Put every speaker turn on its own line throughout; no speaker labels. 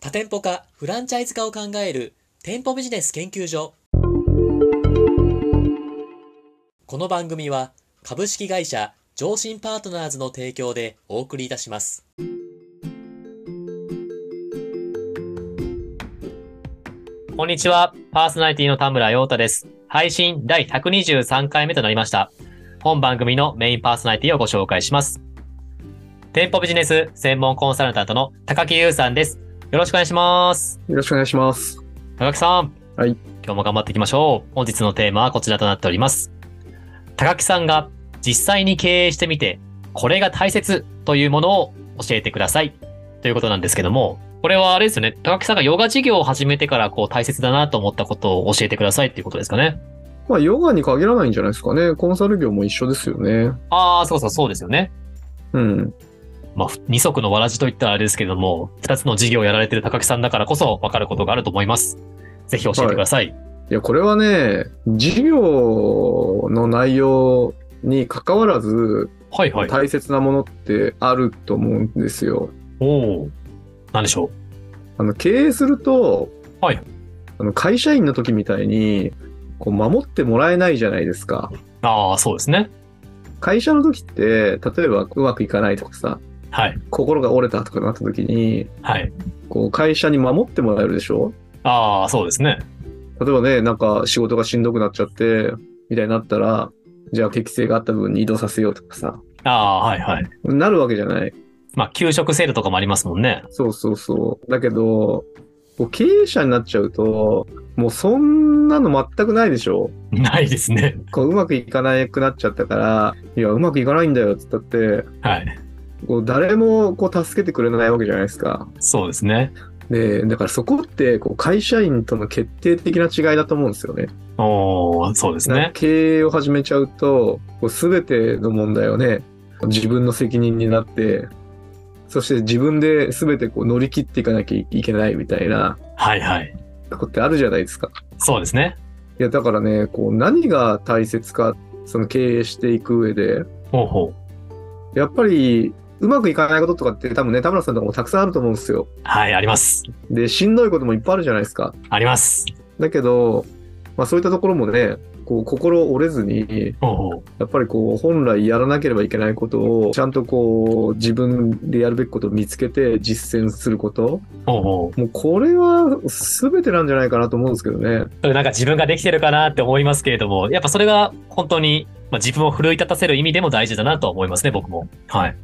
多店舗化、フランチャイズ化を考える店舗ビジネス研究所。この番組は株式会社上信パートナーズの提供でお送りいたします。こんにちは。パーソナリティの田村陽太です。配信第123回目となりました。本番組のメインパーソナリティをご紹介します。店舗ビジネス専門コンサルタントの高木優さんです。よろしくお願いします。
よろしくお願いします。
高木さん。
はい
今日も頑張っていきましょう。本日のテーマはこちらとなっております。高木さんが実際に経営してみて、これが大切というものを教えてください。ということなんですけども、これはあれですよね。高木さんがヨガ事業を始めてからこう大切だなと思ったことを教えてくださいっていうことですかね。
まあ、ヨガに限らないんじゃないですかね。コンサル業も一緒ですよね。
ああ、そうそうそうですよね。
うん。
まあ、二足のわらじといったらあれですけども、二つの事業をやられてる高木さんだからこそ分かることがあると思います。ぜひ教えてください。
いや、これはね、事業の内容に関わらず、
はい、はい、
大切なものってあると思うんですよ。
おお。なんでしょ
あの、経営すると、
はい
あの会社員の時みたいに、こう、守ってもらえないじゃないですか。
う。ああ、そうですね。
会社の時って、例えばうまくいかないとかさ、
はい。
心が折れたとかなった時に、
はい。
こう、会社に守ってもらえるでしょ
ああ、そうですね。
例えばね、なんか仕事がしんどくなっちゃって、みたいになったら、じゃあ適性があった分に移動させようとかさ、
ああ、はいはい。
なるわけじゃない。
まあ、給食制度とかもありますもんね。
そうそうそう。だけど、こう経営者になっちゃうと、もうそんなの全くないでしょ。
ないですね。
こううまくいかなくなっちゃったから、いや、うまくいかないんだよって言ったって、
はい。
こう誰もこう助けてくれないわけじゃないですか。
そうですね。
で、だからそこってこう会社員との決定的な違いだと思うんですよね。
おお、そうです
なんか
ね。
経営を始めちゃうとこう全ての問題をね自分の責任になってそして自分で全てこう乗り切っていかなきゃいけないみたいな
はいはい。
とこってあるじゃないですか。
そうですね。
いやだからねこう何が大切かその経営していく上で
ほうほう。
やっぱりうまくいかないこととかって多分ね田村さんとかもたくさんあると思うんですよ。
はい、あります。
でしんどいこともいっぱいあるじゃないですか。
あります。
だけど、まあ、そういったところもねこう心折れずに
ほうほう。
やっぱりこう本来やらなければいけないことをちゃんとこう自分でやるべきことを見つけて実践すること
ほうほ
もうこれは全てなんじゃないかなと思うんですけどね
う。なんか自分ができてるかなって思いますけれども、やっぱそれが本当に、まあ、自分を奮い立たせる意味でも大事だなとは思いますね、僕も。はい。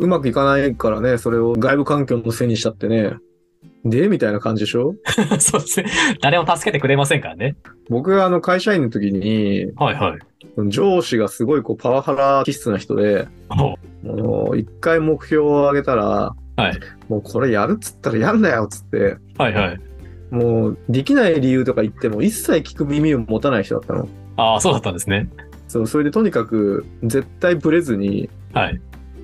うまくいかないからねそれを外部環境のせいにしたってねでみたいな感じでしょ
そうですね。誰も助けてくれませんからね。
僕があの会社員の時に
はいはい。
上司がすごいこうパワハラ気質な人で
ほ
もう一回目標を上げたら、
はい
もうこれやるっつったらやんなよっつって
う。はいはい。
もうできない理由とか言っても一切聞く耳を持たない人だったの。
ああ、そうだったんですね。
そうそれでとにかく絶対ブレずに
はい。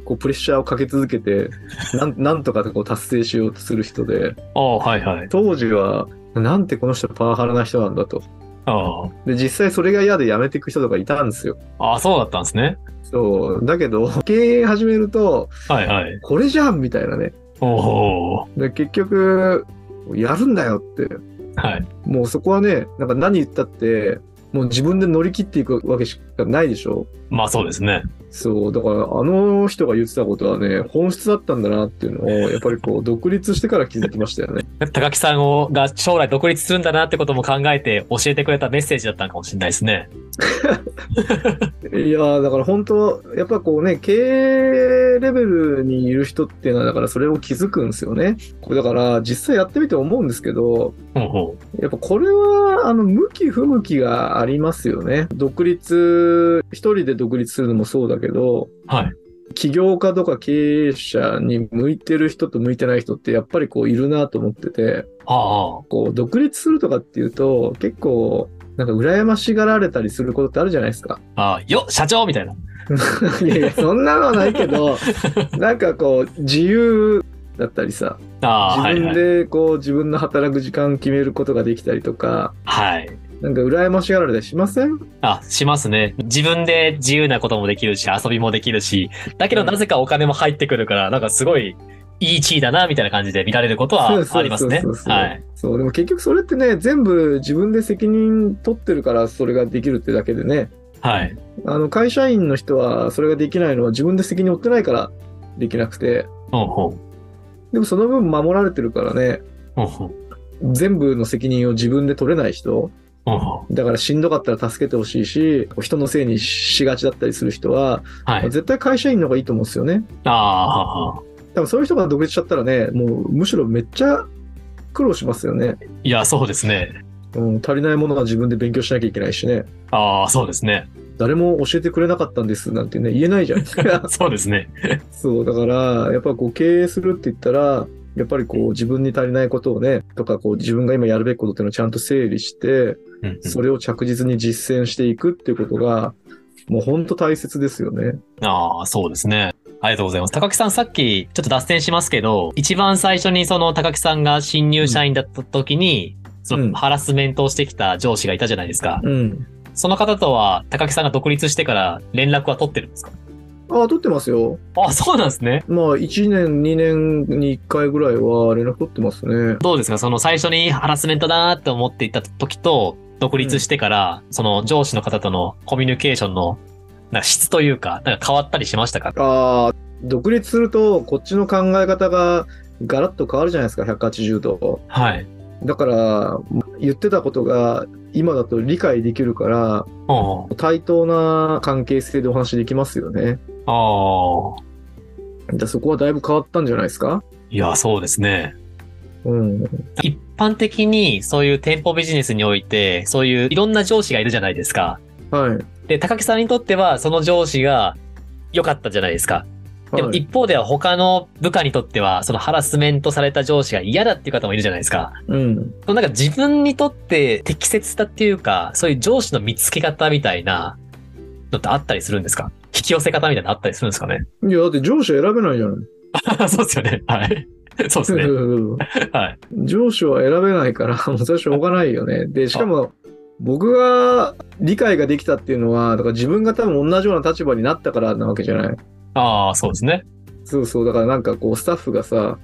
こうプレッシャーをかけ続けてなん なんとかこう達成しようとする人で
ああ、はいはい。
当時はなんてこの人パワハラな人なんだと
あ
で実際それが嫌で辞めていく人とかいたんですよ
あ。ああ、そうだったんですね。
そうだけど経営始めると
はいはい。
これじゃんみたいなね
おお。
で結局やるんだよって
はい。
もうそこはねなんか何言ったってもう自分で乗り切っていくわけしかないでしょ
まあそうですね。
そう、だからあの人が言ってたことはね、本質だったんだなっていうのを、やっぱりこう、独立してから気づきましたよね。
高木さんをが将来独立するんだなってことも考えて教えてくれたメッセージだったのかもしれないですね。
いやー、だから本当、やっぱこうね、経営レベルにいる人っていうのは、だからそれを気づくんですよね。これだから、実際やってみて思うんですけど、
ほうほ
やっぱこれは、あの、向き不向きがありますよね。独立、一人で独立するのもそうだけど、
う。はい。
起業家とか経営者に向いてる人と向いてない人って、やっぱりこう、いるなと思ってて、
ああ。
こう独立するとかっていうと結構なんか羨ましがられたりすることってあるじゃないですか。
ああ、よ社長みたいな。
いやいやそんなのはないけどなんかこう自由だったりさ
ああ、は
自
い
分
はい。
でこう自分の働く時間決めることができたりとか
はい。
なんか羨ましがられたりしません
あ、しますね。自分で自由なこともできるし、遊びもできるし、だけどなぜかお金も入ってくるから、なんかすごいいい地位だな、みたいな感じで見られることはありますね
そうそうそう。そう
はい。
そう、でも結局それってね、全部自分で責任取ってるからそれができるってだけでね、
はい。
あの会社員の人はそれができないのは自分で責任負ってないからできなくて、
ほうほ
でもその分守られてるからね、
う。ほうほう。
全部の責任を自分で取れない人、
ほうほう。
だからしんどかったら助けてほしいし、人のせいにしがちだったりする人は、
はい。
絶対会社員の方がいいと思うんですよね。
ああ、はは
多分そういう人が独立しちゃったらね、もうむしろめっちゃ苦労しますよね。
いや、そうですね。
うん、足りないものは自分で勉強しなきゃいけないしね。
ああ、そうですね。。
誰も教えてくれなかったんですなんてね、言えないじゃないですか
そうですね。
そう、だから、やっぱこう経営するって言ったら、やっぱりこう自分に足りないことをね、とかこう自分が今やるべきことっていうのをちゃんと整理して、
うんうん
それを着実に実践していくっていうことが、もう本当大切ですよね。
ああ、そうですね。ありがとうございます。高木さん、さっきちょっと脱線しますけど、一番最初にその高木さんが新入社員だった時に、そ
うん
のハラスメントをしてきた上司がいたじゃないですか。
うん。
その方とは高木さんが独立してから連絡は取ってるんですか
ああ、取ってますよ。
あ、そうなんですね。
まあ、1年、2年に1回ぐらいは連絡取ってますね。
どうですかその最初にハラスメントだなって思っていた時と、独立してから、その上司の方とのコミュニケーションのなんか質というか、なんか変わったりしましたか
ああ、独立すると、こっちの考え方がガラッと変わるじゃないですか、180度。
はい。
だから、言ってたことが今だと理解できるから、
お
対等な関係性でお話できますよね。
ああー。
だからそこはだいぶ変わったんじゃないですか
いや、そうですね。
うん。
一般的にそういう店舗ビジネスにおいて、そういういろんな上司がいるじゃないですか。
はい。
で、高木さんにとってはその上司が良かったじゃないですか。でも
はい
一方では他の部下にとっては、そのハラスメントされた上司が嫌だっていう方もいるじゃないですか。
うん。
そのなんか自分にとって適切だっていうか、そういう上司の見つけ方みたいなのってあったりするんですか引き寄せ方みたいなのあったりするんですかね
いや、だって上司は選べないじゃない。
そうですよね。はい。そうですね。はい。
上司は選べないから、 もうそれはしょうがないよね。で、しかも、僕が理解ができたっていうのは、だから自分が多分同じような立場になったからなわけじゃない。
ああ、そうですね。
そうそう、だからなんかこう、スタッフがさ、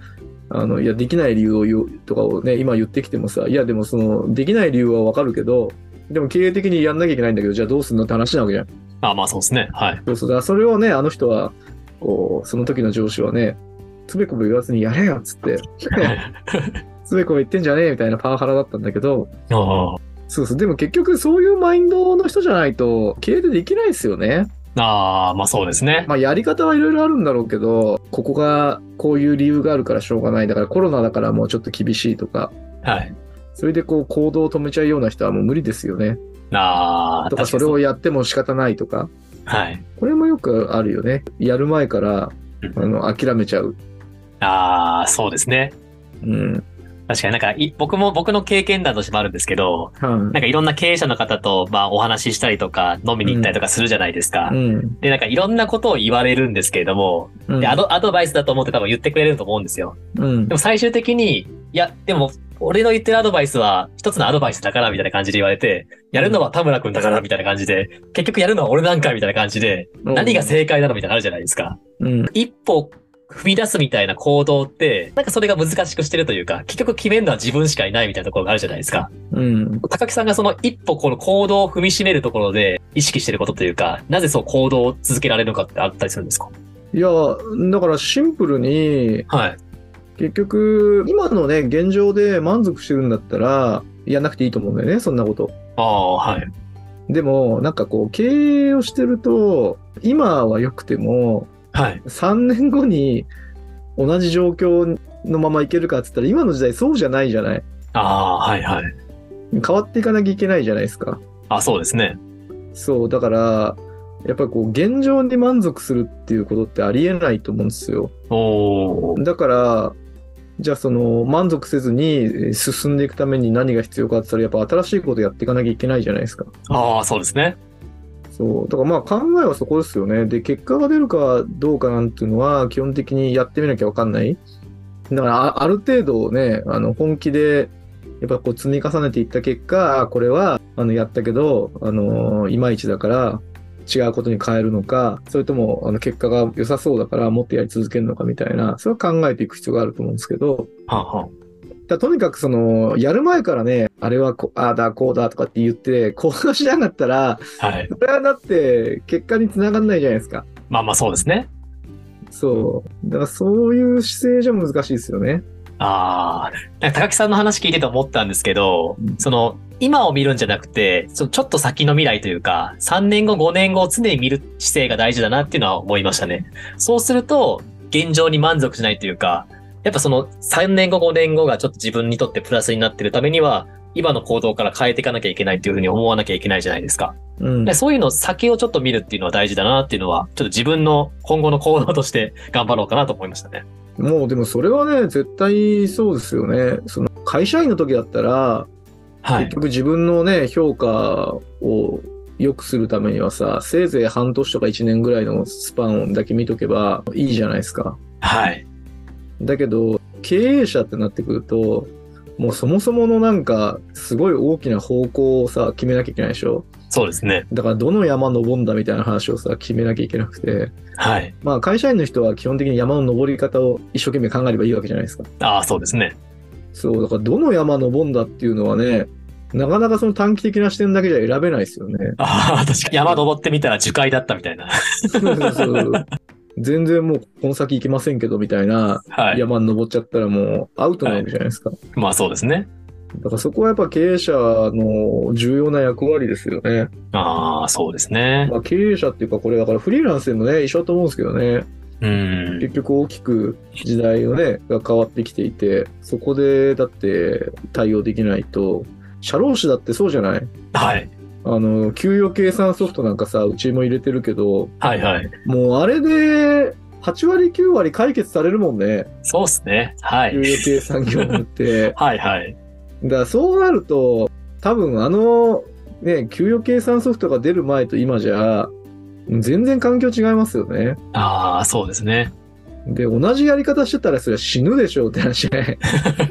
あの、いや、できない理由を言うとかをね、今言ってきてもさ、いや、でもその、できない理由はわかるけど、でも経営的にやんなきゃいけないんだけど、じゃあどうすんのって話なわけじゃん。
ああ、まあそうですね。はい。
そうそう、だからそれをね、あの人は、こう、その時の上司はね、つべこべ言わずにやれよっつって、つべこべ言ってんじゃねえみたいなパワハラだったんだけど、
あ
そうそう、でも結局そういうマインドの人じゃないと、経営でできないですよね。
あああ、まあそうですね。
まあ、やり方はいろいろあるんだろうけど、ここが、こういう理由があるからしょうがない。だからコロナだからもうちょっと厳しいとか、
はい。
それでこう行動を止めちゃうような人はもう無理ですよね。
ああ、
とか、
確
そ
かに
れ
う
をやっても仕方ないとか、
はい。
これもよくあるよね。やる前から、
う
あの、諦めちゃう。
ああ、そうですね。
うん。
確かになんかい、僕も、僕の経験談としてもあるんですけど、
は
なんかいろんな経営者の方と、まあお話ししたりとか、飲みに行ったりとかするじゃないですか。
い。うん。
で、なんかいろんなことを言われるんですけれども、
うん
で、アドアドバイスだと思って多分言ってくれると思うんですよ。
うん
で。も最終的に、いや、でも、俺の言ってるアドバイスは、一つのアドバイスだから、みたいな感じで言われて、やるのは田村くんだから、みたいな感じで、結局やるのは俺なんか、みたいな感じで、何が正解なのみたいなのあるじゃないですか。
うん。
一歩踏み出すみたいな行動って、なんかそれが難しくしてるというか、結局決めるのは自分しかいないみたいなところがあるじゃないですか。
うん。
高木さんがその一歩この行動を踏みしめるところで意識してることというか、なぜそう行動を続けられるのかってあったりするんですか
いや、だからシンプルに、
はい。
結局、今のね、現状で満足してるんだったら、やんなくていいと思うんだよね、そんなこと。
ああ、はい。
でも、なんかこう、経営をしてると、今は良くても、
はい。
3年後に同じ状況のままいけるかって言ったら、今の時代そうじゃないじゃない。
ああ、はい、はい。
変わっていかなきゃいけないじゃないですか。
あそうですね。
そう、だから、やっぱりこう、現状に満足するっていうことってありえないと思うんですよ。
おー。
だから、じゃあその満足せずにえー進んでいくために何が必要かって言ったらやっぱ新しいことやっていかなきゃいけないじゃないですか。
ああ、そうですね。
そう。だからまあ考えはそこですよね。で、結果が出るかどうかなんていうのは基本的にやってみなきゃわかんない。だからあある程度ね、あの本気でやっぱこう積み重ねていった結果、あこれはあのやったけど、あのーいまいちだから、違うことに変えるのか、それともあの結果が良さそうだからもっとやり続けるのかみたいな、それを考えていく必要があると思うんですけど、
はあは
だとにかくその、やる前からね、あれはこうああだこうだとかって言って、行動しなかったら、
あはい。
それはだって結果につながんないじゃないですか。
まあまあそうですね。
そう。だからそういう姿勢じゃ難しいですよね。
ああ、なんか高木さんの話聞いてて思ったんですけど
う、ん
その、今を見るんじゃなくて、そのちょっと先の未来というか、3年後、5年後を常に見る姿勢が大事だなっていうのは思いましたね。そうすると、現状に満足しないというか、やっぱその3年後、5年後がちょっと自分にとってプラスになってるためには、今の行動から変えていかなきゃいけないというふうに思わなきゃいけないじゃないですか。
うん
で。そういうのを先をちょっと見るっていうのは大事だなっていうのは、ちょっと自分の今後の行動として頑張ろうかなと思いましたね。
もうでもそれはね、絶対そうですよね。その会社員の時だったら、
は
結
い。
局自分のね、評価を良くするためにはさ、せいぜい半年とか1年ぐらいのスパンだけ見とけばいいじゃないですか。
はい。
だけど、経営者ってなってくると、もうそもそものなんか、すごい大きな方向をさ、決めなきゃいけないでしょ。
そうですね。
だからどの山登んだみたいな話をさ、決めなきゃいけなくて、
はい。
まあ会社員の人は基本的に山の登り方を一生懸命考えればいいわけじゃないですか。
ああ、そうですね。。
そう、だからどの山登んだっていうのはね、なかなかその短期的な視点だけじゃ選べないですよね
ああ、確かに。山登ってみたら樹海だったみたいな。
そうそうそう全然もうこの先行けませんけどみたいな
はい。
山に登っちゃったらもうアウトなわけじゃないですか。
まあそうですね。
だからそこはやっぱ経営者の重要な役割ですよね。
ああ、そうですね。
まあ、経営者っていうかこれだからフリーランスでもね、一緒だと思うんですけどね。
うん。
結局大きく時代のね、が変わってきていて、そこでだって対応できないと、社労士だってそうじゃない
はい。
あの、給与計算ソフトなんかさ、うちも入れてるけど、
はいはい。
もうあれで、8割9割解決されるもんね。
そうですね。はい
給。与計算業務 って。
はいはい。
だからそうなると、多分あの、ね、給与計算ソフトが出る前と今じゃ、全然環境違いますよね。
ああ、そうですね。
で、同じやり方してたらそれは死ぬでしょうって話ね。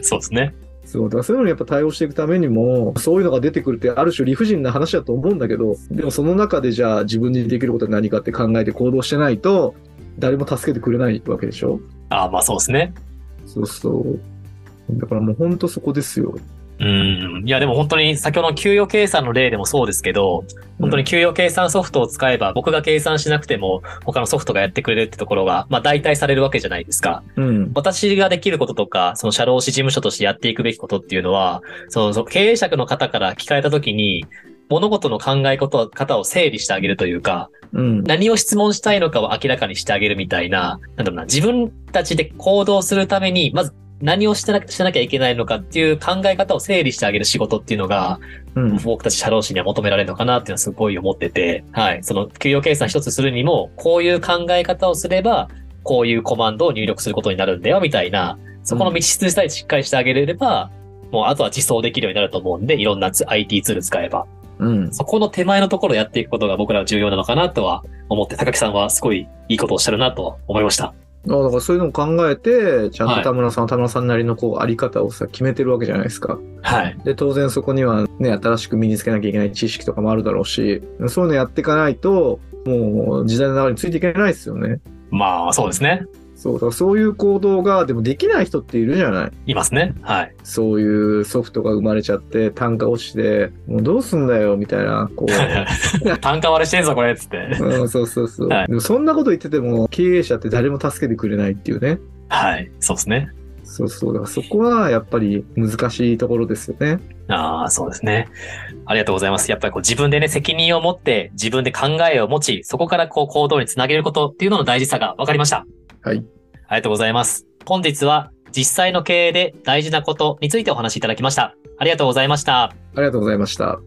そうですね。
そう、だからそういうのにやっぱ対応していくためにも、そういうのが出てくるってある種理不尽な話だと思うんだけど、でもその中でじゃあ自分にできることは何かって考えて行動してないと、誰も助けてくれないわけでしょ
ああ、まあそうですね。
そうそう。だからもうほんとそこですよ。
うん。いや、でも本当に先ほどの給与計算の例でもそうですけど、本当に給与計算ソフトを使えば僕が計算しなくても他のソフトがやってくれるってところが、まあ代替されるわけじゃないですか。
うん。
私ができることとか、その社労士事務所としてやっていくべきことっていうのは、そのその経営者の方から聞かれたときに、物事の考えこと方を整理してあげるというか、
うん。
何を質問したいのかを明らかにしてあげるみたいな、なんだろうな、自分たちで行動するために、まず何をしてなしなきゃいけないのかっていう考え方を整理してあげる仕事っていうのが、
うん。
僕たち社労士には求められるのかなっていうのはすごい思ってて、はい。その給与計算一つするにも、こういう考え方をすれば、こういうコマンドを入力することになるんだよ、みたいな、そこの道筋さえしっかりしてあげれれば、もうあとは実装できるようになると思うんで、いろんなツ IT ツール使えば。
うん。
そこの手前のところをやっていくことが僕らは重要なのかなとは思って、高木さんはすごいいいことをおっしゃるなと思いました。
あだからそういうのを考えて、ちゃん
は
と
い
田村さんは田村さんなりのこう、あり方をさ、決めてるわけじゃないですか。
はい。
で、当然そこにはね、新しく身につけなきゃいけない知識とかもあるだろうし、そういうのやっていかないと、もう時代の流れについていけないですよね。
まあ、そうですね。
そう、だからそういう行動が、でもできない人っているじゃない。
いますね。 はい。
そういうソフトが生まれちゃって、単価落ちて、もうどうすんだよ、みたいな、こ
単価割れしてんぞ、これ、つって。
う。うん、そうそうそう、
はい
でもそんなこと言ってても、経営者って誰も助けてくれないっていうね。
はい。そうですね。
そうそう。だからそこはやっぱり難しいところですよね。
ああ、そうですね。ありがとうございます。やっぱりこう自分でね、責任を持って、自分で考えを持ち、そこからこう行動につなげることっていうのの大事さが分かりました。
はい。
ありがとうございます。本日は実際の経営で大事なことについてお話しいただきました。ありがとうございました。
ありがとうございました。